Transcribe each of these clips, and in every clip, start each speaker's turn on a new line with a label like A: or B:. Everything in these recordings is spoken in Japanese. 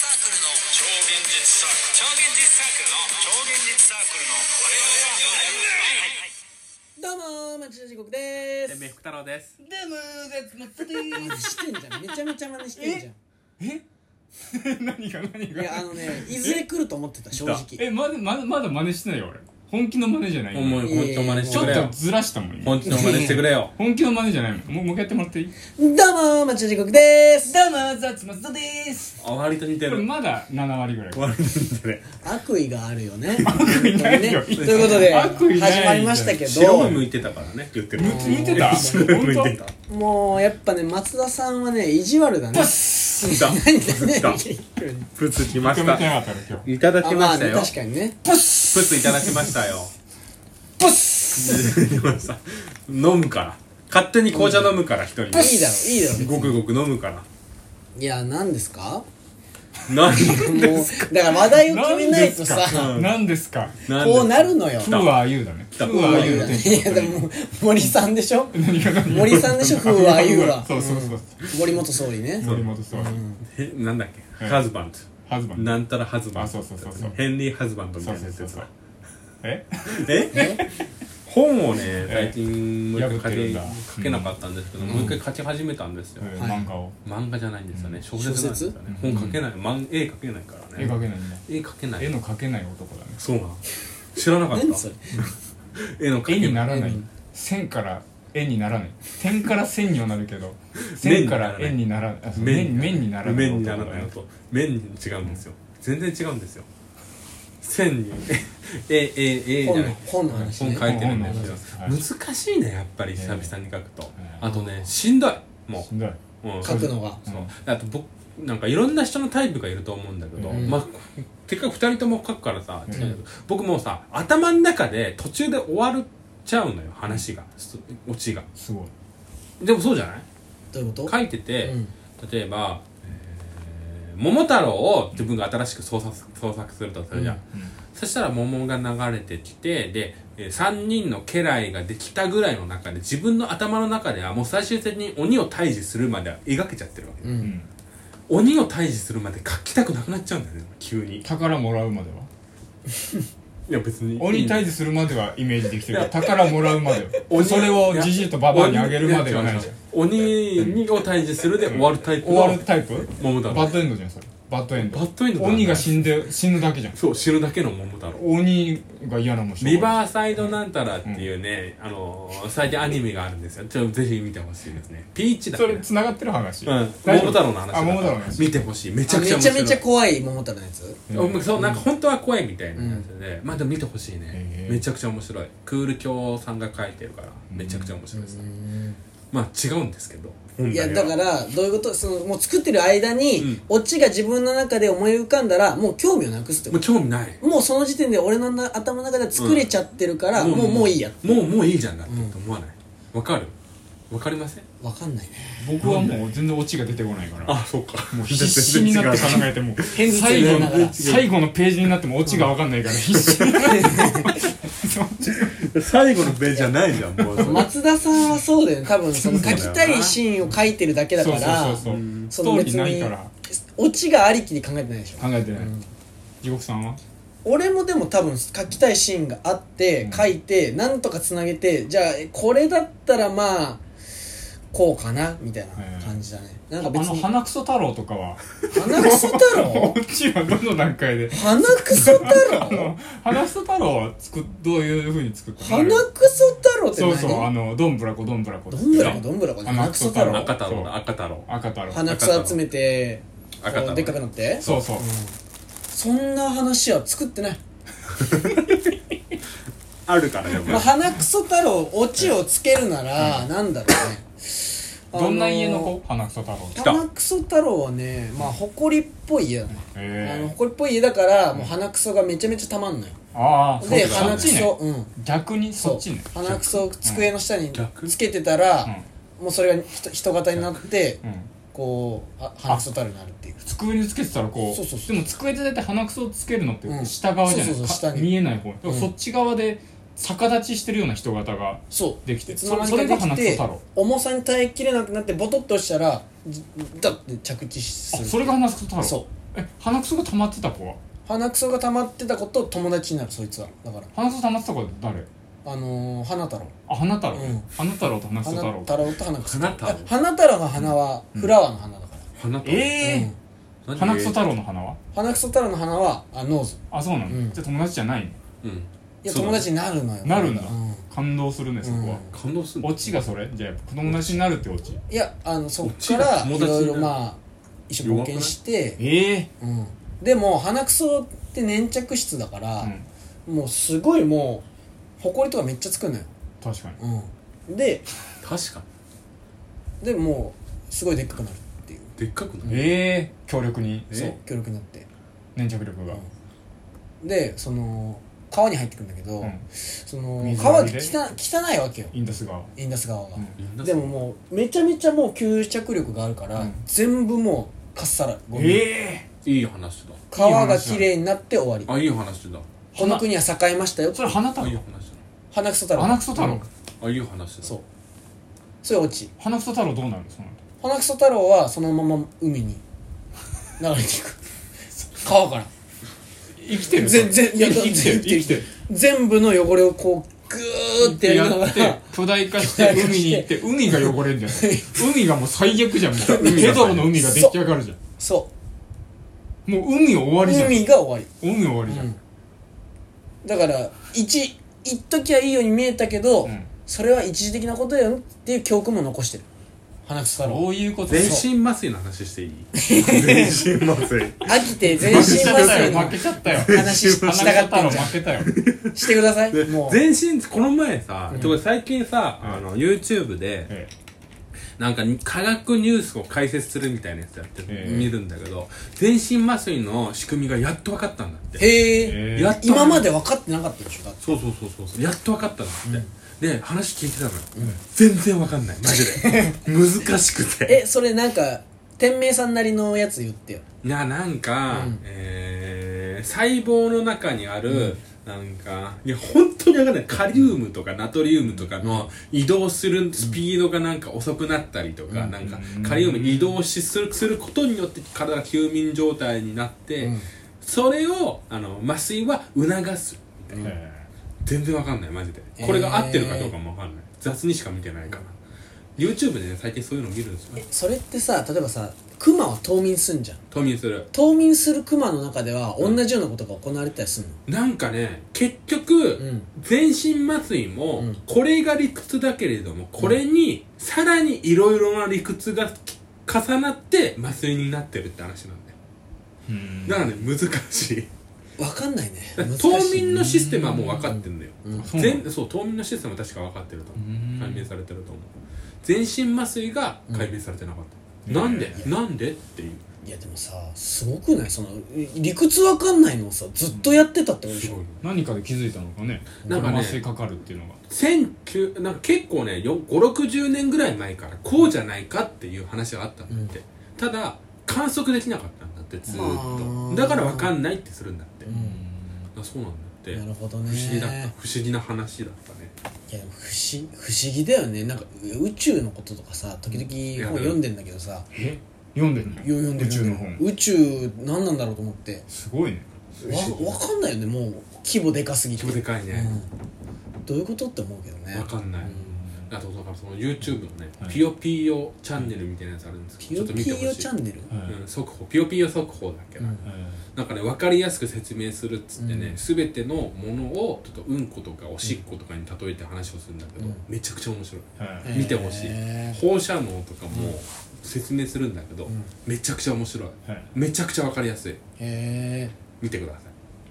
A: 超現実サークル超現実サークルの超現実サークルの我々は
B: どうもー、町田地獄で
C: 天
B: す。
C: 命福太郎です。
D: でも絶滅で
B: 真似してんじゃ ん。めちゃめちゃ真似してんじゃん。
C: え？何が何
B: いや、あのね、いずれ来ると思ってた、正直。
E: えまだまだまだ真似してないよ俺本気の真似じゃない
C: 本物
E: よ
C: 本気の真似して
E: ちょ
C: く
E: っ
C: れ
E: と
C: よ。
E: ずらしたもん今
C: 本気の真似してくれよ。
E: 本気の真似じゃないもんもうもう一回やってもらっていい
B: どうもー、町田地獄です。
D: どうも絶滅です
C: あ割と似て
E: これ
C: る。
E: まだ7割ぐらい
C: 割と似てる。
B: 悪意があるよね。
E: 悪意ないよ
B: 本当にねということで、
E: 悪意ない
B: 始まりましたけ
C: 白目向
B: ど、
C: いてたからね。言ってる。
E: む向いて た
C: 白目向いてた。
B: もうやっぱね、松田さんはね、意地悪だね。
C: 来た。
B: 何何
C: た
B: 何
C: プツきま
E: 認
C: し
E: め
C: た。
E: てなかったの今日
C: いただ
B: あ
C: き
B: ま
C: ま
B: あ
C: した
B: ね、
C: よ。
B: 確かにね。
C: プツいただきましたよ。
B: ポス
C: いただきました飲むから。勝手に紅茶飲むから一人
B: い
C: で。
B: いだろ、いいだろ。別に
C: ごくごく飲むから。
B: いや、何ですか
C: 何？
B: もう、だから話題を決めないとさ、
E: 何ですか
B: こうなるのよ。
E: 風は言うだね
C: た
E: 風は言うのテンション
B: いやでも森さんでしょ
E: 何が何が
B: 森さんでしょ風は言うは
E: そうそうそう
B: 森元総理ね
E: 森本そう
C: えなんだっけ？
E: うん
C: ハズバン
E: ハズバ
C: ド。
E: ンド
C: なんたらハズバン
E: あ
C: ド
E: そう。そうそうそう
C: ヘンリー・ハズバンドみた
E: そ
C: いうな
E: そ
C: や
E: う
C: つ
E: そ
C: だ
E: うそうえ
C: え 本をね最近もう一回
E: 破って
C: 借
E: るん
C: り
E: だ
C: 書けなかったんですけど、もう一回書き始めたんですよ、
E: うん
B: はい
E: 漫画を
C: 漫画じゃないんですよね小説なんですよね本書けない、漫絵書けないから
E: 絵
C: ね
E: 描けないんだ
C: 絵描けない
E: 絵の描けない男だね
C: そうなの知らなかった
B: 何それ
C: 絵の
E: 絵
C: 描け
E: に
C: ない
E: ならない線から絵にならない点から線にはなる けど線から円にならないあそう面面にならない
C: 面にならないのと面に違うんですよ、全然違うんですよ線 に絵絵絵じゃ
B: 本
C: な
B: の
C: い
B: 本の話
C: 本
B: ね
C: 書いてるんです
E: 本の話
C: けど難しいねやっぱり久々に書くと、
E: うん
C: あとねしんどいも、
E: しんどいう
C: うん、
B: 書くのが
C: そうあと僕なんかいろんな人のタイプがいると思うんだけど、
B: うん
C: まあ結局2人とも書くからさ、
E: うん
C: 違うけど僕もうさ頭の中で途中で終わるちゃうのよ話が、オチが
E: すごい
C: でもそうじゃない
B: どういうこと
C: 書いてて、
B: うん
C: 例えば、えー桃太郎」を自分が新しく創作創作するとするじゃん、
B: うん
C: そしたら桃が流れてきてで3人の家来ができたぐらいの中で自分の頭の中ではもう最終的に鬼を退治するまでは描けちゃってるわけ、
B: う
E: うんん
C: 鬼を退治するまで書きたくなくなっちゃうんだよね急にい
E: 宝もらうまでは
C: や別に
E: 鬼退治するまではイメージできてるけど宝もらうまではそれをじじいとババアにあげるまではないじゃん
C: 鬼にを退治するで終わるタイプ
E: 終
C: の
E: わるタイプ
C: 桃太
E: バ
C: 郎
E: ッドエンドじゃんそれバッドエンド
C: バッドエンドだね
E: 鬼が死んで死ぬだけじゃん
C: そう死ぬだけの桃太郎
E: 鬼が嫌なもんしょう
C: リ
E: がない
C: バーサイドなんたらっていうね、あのー最近アニメがあるんですよちょっとぜひ見てほしいですねピーチだっ
E: そ
C: け
E: れ繋がってる話
C: うん、桃
E: 大丈夫
C: 太郎の話だから
E: あ桃太郎の話
C: 見てほしいめち
B: あ
C: ゃくち
B: め
C: ゃ面
B: ち
C: 白
B: ゃ
C: い
B: めちゃ怖い桃太郎のやつ
C: うんそうなんか本当は怖いみたいなやつで、まあでも見てほしいね
E: へ、え
C: めちゃくちゃ面白いクール教さんが書いてるからめちゃくちゃ面白いですね、まあ違うんですけど
B: いやだからどういうことそのもう作ってる間に
C: ん
B: オチが自分の中で思い浮かんだらもう興味をなくすって
C: も
B: こ
C: う興味ない
B: ともうその時点で俺のな頭の中では作れちゃってるからもうもういいや
C: もうもういいじゃんだって思わないわかるわかりません
B: わかんないね
E: 僕はもう全然オチが出てこないからも
C: そうか
E: う必死になって考え ても最後
B: 全然違
E: の
B: う
E: 最後のページになってもオチが分かんないから必 死にそう
C: 最後のページじゃないじゃんもう
B: 松田さんはそうだよね多分その書きたいシーンを書いてるだけだ
E: そ
B: か
E: う
B: ら
E: そうそう
B: そ
E: ス
B: の
E: トーリ
B: 別
E: ーない
B: に
E: から
B: オチがありきで考えてないでしょ
E: 考えてない地獄さんは
B: 俺もでも多分書きたいシーンがあって、書いてなんとかつなげてじゃあこれだったらまあこうかなみたいな感じだね、な
E: あ
B: んか別
E: の
B: に
E: 鼻くそ太郎とかは
B: 鼻くそ太郎
E: オチはどの段 階で
B: 鼻くそ太
E: あ
B: 郎
E: の鼻くそ太郎は作っどういうふうに作ったの
B: 鼻くそ太郎って
E: そ
B: 何
E: うそうあのどんぶらこどんぶらこ
B: どんぶらこどんぶらこ
E: 鼻
B: 鼻
E: く
B: く
E: そ
B: そ
E: 太
B: 太
E: 郎
B: 郎
C: 赤太郎だ赤太郎
E: 赤太郎
B: 鼻くそ集めてこ
C: 赤太郎
B: うでっかくなって
E: そうそう
B: そんな話は作ってない、
C: あるからね
B: まあ、鼻くそ太郎オチをつけるなら、なんだろうね
E: どんな家の
B: あ
E: 子鼻くそ太郎
C: 来た
B: 鼻くそ太郎はねまあ埃っぽい家だね、あの
E: ええ
B: 埃っぽい家だからもう鼻くそがめちゃめちゃたまんのよ
E: ああそう
B: で
E: か
B: 鼻くそうん
E: 逆に
B: そ
E: そっちね
B: う鼻くそを机の下に
C: 逆
B: つけてたらもうそれが人人型になって
E: うん
B: こうあ鼻くそたるになるっていう
E: 机につけてたらこう
B: そうそうそう
E: でも机でだって鼻くそをつけるのって
B: うん
E: 下側じゃない、
B: そうそうそう
E: か
B: 下に
E: 見えない方で
B: う
E: も
B: ん
E: そっち側で逆立ちしてるような人型が
B: そう
E: できて
B: いつの間に
E: そ
B: か
E: れ
B: でき
E: が鼻くそ
B: て
E: 太郎
B: 重さに耐えきれなくなってボトッとしたらじダッて着地
E: あ
B: する
E: それが鼻くそ太郎
B: そう
E: え鼻くそが溜まってた子は
B: 鼻くそが溜まってた子と友達になるそいつはだから
E: 鼻くそ溜まってた子は誰
B: あのー、花太郎
E: あ花太郎、
B: うん
E: 花太郎と鼻くそ
B: 花
E: 太郎
B: 太郎と花くそ
C: 花太郎
B: あ花太郎の花はフラワーの花だから、
C: 花と
E: え
C: な
E: ー、
C: んで
E: 鼻くそ太郎の鼻は
B: 花くそ太郎の花はあノーズ
E: あそうなの、
B: うん
E: じゃあ友達じゃないの
C: うん
B: いや
C: そう
B: 友達になるのよ
E: なるんだ、
B: うん
E: 感動するねそこは、
C: 感動するの
E: オチがそれじゃあやっぱ友達になるってオチ
B: いやあのそっ
C: こっ
B: か
C: ちが
B: ら
C: 友
B: い
C: 達にな
B: ろ
C: る
B: いろまあ一緒に冒険して、
E: ええ
B: うん、でも鼻くそって粘着質だから、
E: うん
B: もうすごいもうほこりとかめっちゃつくのよ、
E: 確かに
B: うん、で
C: 確か
B: でもうすごいでっかくなるっていう、
C: にでっかくない
E: ええ強力に
C: え
B: そう強力になって
E: 粘着力が、
B: でその川に入ってくんだけど、
E: うん
B: その
E: 水
B: 川
E: 浴
B: 汚
E: びで
B: 汚いわけよ
E: インダス川
B: インダス川が、
E: うん
C: みんな
B: でももうめちゃめちゃもう吸着力があるから、
E: うん
B: 全部もうかっさらゴミ
E: え
C: いい話だ
B: 川が綺麗になって終わり
C: あいい話だ
B: この国は栄えましたよ
E: えそれ花太
C: あいい
E: 郎
C: 話
B: 鼻くそ太郎
E: 花くそ太郎、
B: うん
C: だあいい話だ
B: そうそれ落ち
E: 花くそ太郎どうなるその後
B: 鼻くそ太郎はそのまま海に流れていく 川から
E: 生きてる
B: 全然いや
E: 生きてる
B: 全然
E: 生きてる
B: 全部の汚れをこうグーってやりなが
E: やって
B: ら
E: 巨大化して海に行って 海が汚れ んじゃん海がもう最悪じゃんもう
C: 海が最悪
E: ペドロの海が出来上がるじゃ
B: そ
E: んもう海終わ
B: う
E: りじゃん
B: 海が終わり
E: 海終わりじゃん、
B: うんだから一一時はいいように見えたけど、
E: うん
B: それは一時的なことだよっていう教訓も残してる鼻くそ太郎
E: そういうこと
C: 全
E: そう
C: 身麻酔の話していい全身麻酔
B: 飽きて全身
E: 負
B: 麻
E: けちゃった
B: 酔
E: よ
B: の
E: 負けちゃったよ
B: 話した
E: 花くそ
B: がってん
E: 太郎
B: じゃん
E: 負けたよ
B: してください
C: で
B: もう
C: 全身この前さ、ちょ最近さ、あの YouTube で、
E: え
C: なんか科学ニュースを解説するみたいなやつやってる、
E: ええ
C: 見るんだけど全身麻酔の仕組みがやっと分かったんだって
B: へえ
E: え
C: やっと
B: 今まで分かってなかったでしょだって
C: そうそうそうそうやっと分かったんだって、で話聞いてたのよ、全然分かんないマジ で難しくて
B: えそれなんか天明さんなりのやつ言ってよ
C: いやなんか、えー細胞の中にある、なんかいや本当に分かんないカリウムとかナトリウムとかの移動するスピードがなんか遅くなったりとか、なんかカリウム移動しするすることによって体が休眠状態になって、それをあの麻酔は促すみたいな
E: え
C: 全然わかんないマジで
B: えー
C: これが合ってるかどうかもわかんない、雑にしか見てないから YouTube でね最近そういうの見るんですよ
B: それってさ例えばさクマは冬眠すんじゃん
C: 冬眠する
B: 冬眠するクマの中では同じようなことが行われてたりするの、
C: なんかね結局、
B: ん
C: 全身麻酔も、
B: うん
C: これが理屈だけれどもこれにさらにいろいろな理屈が重なって麻酔になってるって話なんだよ
E: うん
C: だからね難しい
B: 分かんないね
C: だか ら
B: 難しい
C: 冬眠のシステムはもう分かってるんだよ、
B: うん
E: そうなの
C: 全そう冬眠のシステムは確か分かってると思
E: うん
C: う解明されてると思う全身麻酔が解明されてなかった、
E: うん
C: なんで、
B: うん
C: なんでっていう
B: いやでもさすごくないその理屈分かんないのをさずっとやってたってことでし
C: す
B: ょ、
C: ごいね
E: 何かで気づいたのかね
C: なんかね
E: 麻酔かかるっていうのが
C: 19なんか結構ね560年ぐらい前からこうじゃないかっていう話があったんだって、ただ観測できなかったんだってず
B: あ
C: ー
B: ー
C: っとだから分かんないってするんだって、あそうなんだって
B: なるほど
C: 不
B: ね
C: 思議だった
B: い
C: 不思議な話だったね
B: やでも不思不思議だよねなんかう宇宙のこととかさ時々本読んでんだけどさ
E: え読んでんの
B: よ読んで
E: 宇
B: る
E: 宙の本
B: 宇宙何なんだろうと思って
E: すごいね
B: わ分かんないよねもう規模でかすぎて
C: 規模でかいね
B: うんどういうことって思うけどね
C: 分かんない、あとだからその YouTube のね、
E: はい
C: ピヨピヨチャンネルみたいなやつあるんですけ
B: ピ
C: ど、
B: ヨ
C: ちょっと見
B: ピ
C: てほ
B: ヨ
C: しい
B: チャンネル
E: はい
C: うん、速報ピヨピヨ速報だっけな、
B: うん
C: なんかね分かりやすく説明するっつってね、全てのものをちょっとうんことかおしっことかに例えて話をするんだけど、
B: うん
C: めちゃくちゃ面白い、
E: はい
B: へー
C: 見てほしい放射能とかも説明するんだけど、
B: ん
C: めちゃくちゃ面白い、
E: はい
C: めちゃくちゃ分かりやすい
B: へえ
C: 見てください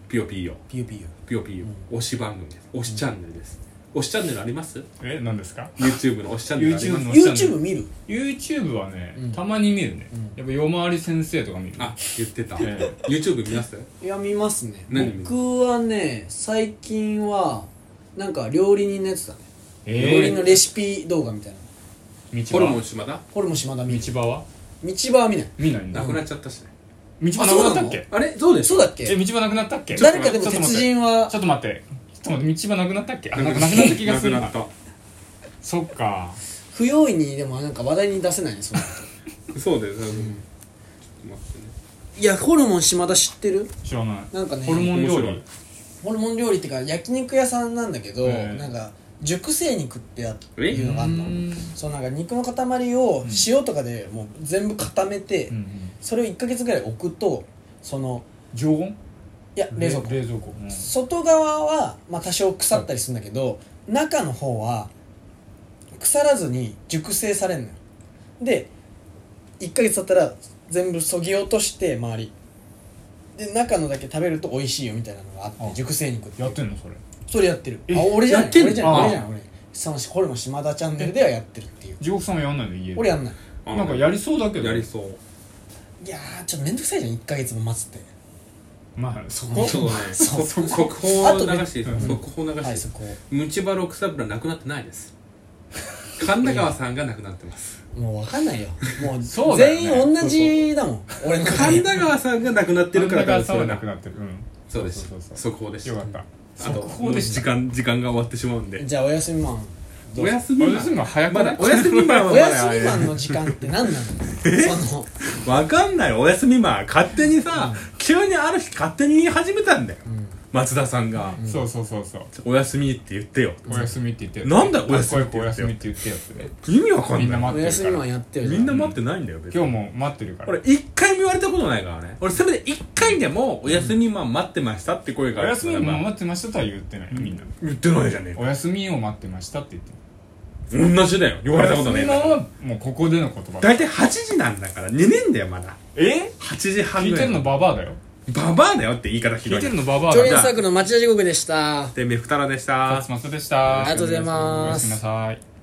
C: ピヨピヨ
B: ピヨピヨ
C: ピヨピヨ、推し番組です推しチャンネルです、推しチャンネルあります
E: え何ですか
C: YouTube の推しチャンネルあります
E: YouTube の
B: YouTube 見る
E: YouTube はね
B: うん
E: たまに見るねやっぱ夜回り先生とか見る
C: あ言ってた
E: え
C: YouTube 見ます
B: いや見ますね
C: 何見る
B: 僕はね最近はなんか料理人のやつだね料理
E: え
B: のレシピ動画みたいな
E: ー
C: ホルモ
E: 道
C: ン島田
B: ホルモン島田見る
E: 場道場は
B: 道場は見ない
E: 見ないん
C: な
E: だ
C: くなっちゃったしね、
E: 道場なくなったっけ
C: あれどうです
B: そうだっ
E: え
B: け
E: 道場なくなったっけ
B: 誰かでも
E: ちょっと
B: 鉄
E: 待って
B: 人は
E: ちょっと待ってちょっと待って道場なくなったっけあなんかなくなった気がする
C: な
E: な
C: くなっ
E: そっか
B: 不用意にでもなんか話題に出せないねそのこと
C: たそうだよ、ねちょっと待ってね
B: いやホルモン島田知ってる
E: 知らない
B: なんかね
E: ホルモン料
C: 面白い
E: 理
B: ホルモン料理ってか焼肉屋さんなんだけど、
E: ええ
B: なんか熟成肉ってや
C: え
B: いうのがあるのそうなんか肉の塊を塩とかでもう全部固めて、
E: うんうん
B: それを1ヶ月ぐらい置くとその
E: 常温
B: いや冷蔵庫
E: 冷蔵庫うん
B: 外側は、まあ、多少腐ったりするんだけど、中の方は腐らずに熟成されんのよで1ヶ月経ったら全部そぎ落として周りで中のだけ食べると美味しいよみたいなのがあって
E: あ
B: 熟成肉って
E: やってんのそれ
B: それやってる
E: え
B: あ俺じゃな
C: や
B: い
C: ってんの
B: 俺じゃない
E: あ
B: 俺じゃない俺そのこれも島田チャンネルではやってるっていう
E: 地獄さんはやんないの家で
B: 俺やんない
C: あ
E: なんかやりそうだけど
C: やりそう
B: いやーちょっと面倒くさいじゃん1ヶ月も待つって
E: まあそこ
C: そうね
B: そう
C: 速報
B: あ
C: を
B: と
C: 流
B: ね
C: していいですか速報を流
B: はい
C: して
B: そこ
C: ムチバロクサブラ亡くなってないです神田川さんが亡くなってます
B: もう分かんないよもう
E: そうだよね
B: 全員同じだもん俺の
C: 神田川さんが亡くなってるから
E: 真ん中
C: そ
E: さは
C: れ
E: な
C: な
E: くなってるうん
C: そうです
E: そうそうそう
C: 速報でした
E: よかった
C: あと
E: 速報でした
C: もう時間時間が終わってしまうんで
B: じゃあおやすみマン
C: おやすみ
E: おやすみマン早くな
C: まだ
E: い
C: おやすみマンはま
B: お
C: だ
B: やすみマンの時間って何なのその
C: わかんないおやすみマン勝手にさ急にある日勝手に言い始めたんだよ松田さんが
E: そうそうそうそう
C: おやすみって言ってよ
E: おやすみって言って
C: なんだおやすみ
E: かっこよくおやすみって言ってやつね
C: 意味わか
E: み
C: ん
E: んな
C: ない
E: 待
B: お
E: って
B: やすみ
E: るか
B: マン
E: ら
B: やってるじ
C: み
B: ゃ
C: ん
B: ん
C: な待ってないんだよ別に
E: 今日も待ってるから
C: 俺一回も言われたことないからね俺せめて一回でも「おやすみマン待ってました」って声が
E: お
C: ある
E: やすみを待
C: ン
E: ってましたとは言ってないみんな
C: 言ってないじゃね
E: おやすみを待ってましたって言ってる
C: えか同じだよ言われたことねえ
E: おやすみ
C: だ
E: はもうここでの言葉
C: 大体8時なんだから寝ねえんだよまだ
E: え
C: 8時半
E: 聞い
C: ぐら
E: て
C: い
E: んのババアだよ
C: ババアだよって言い方ひど
E: 聞
C: い
E: いてんのババア
B: 超
E: だ
B: 人
E: よ
B: サークルの町田地獄でした
C: でメフタラでした
E: 松本でした
B: ありがとうございます
E: おやすみなさい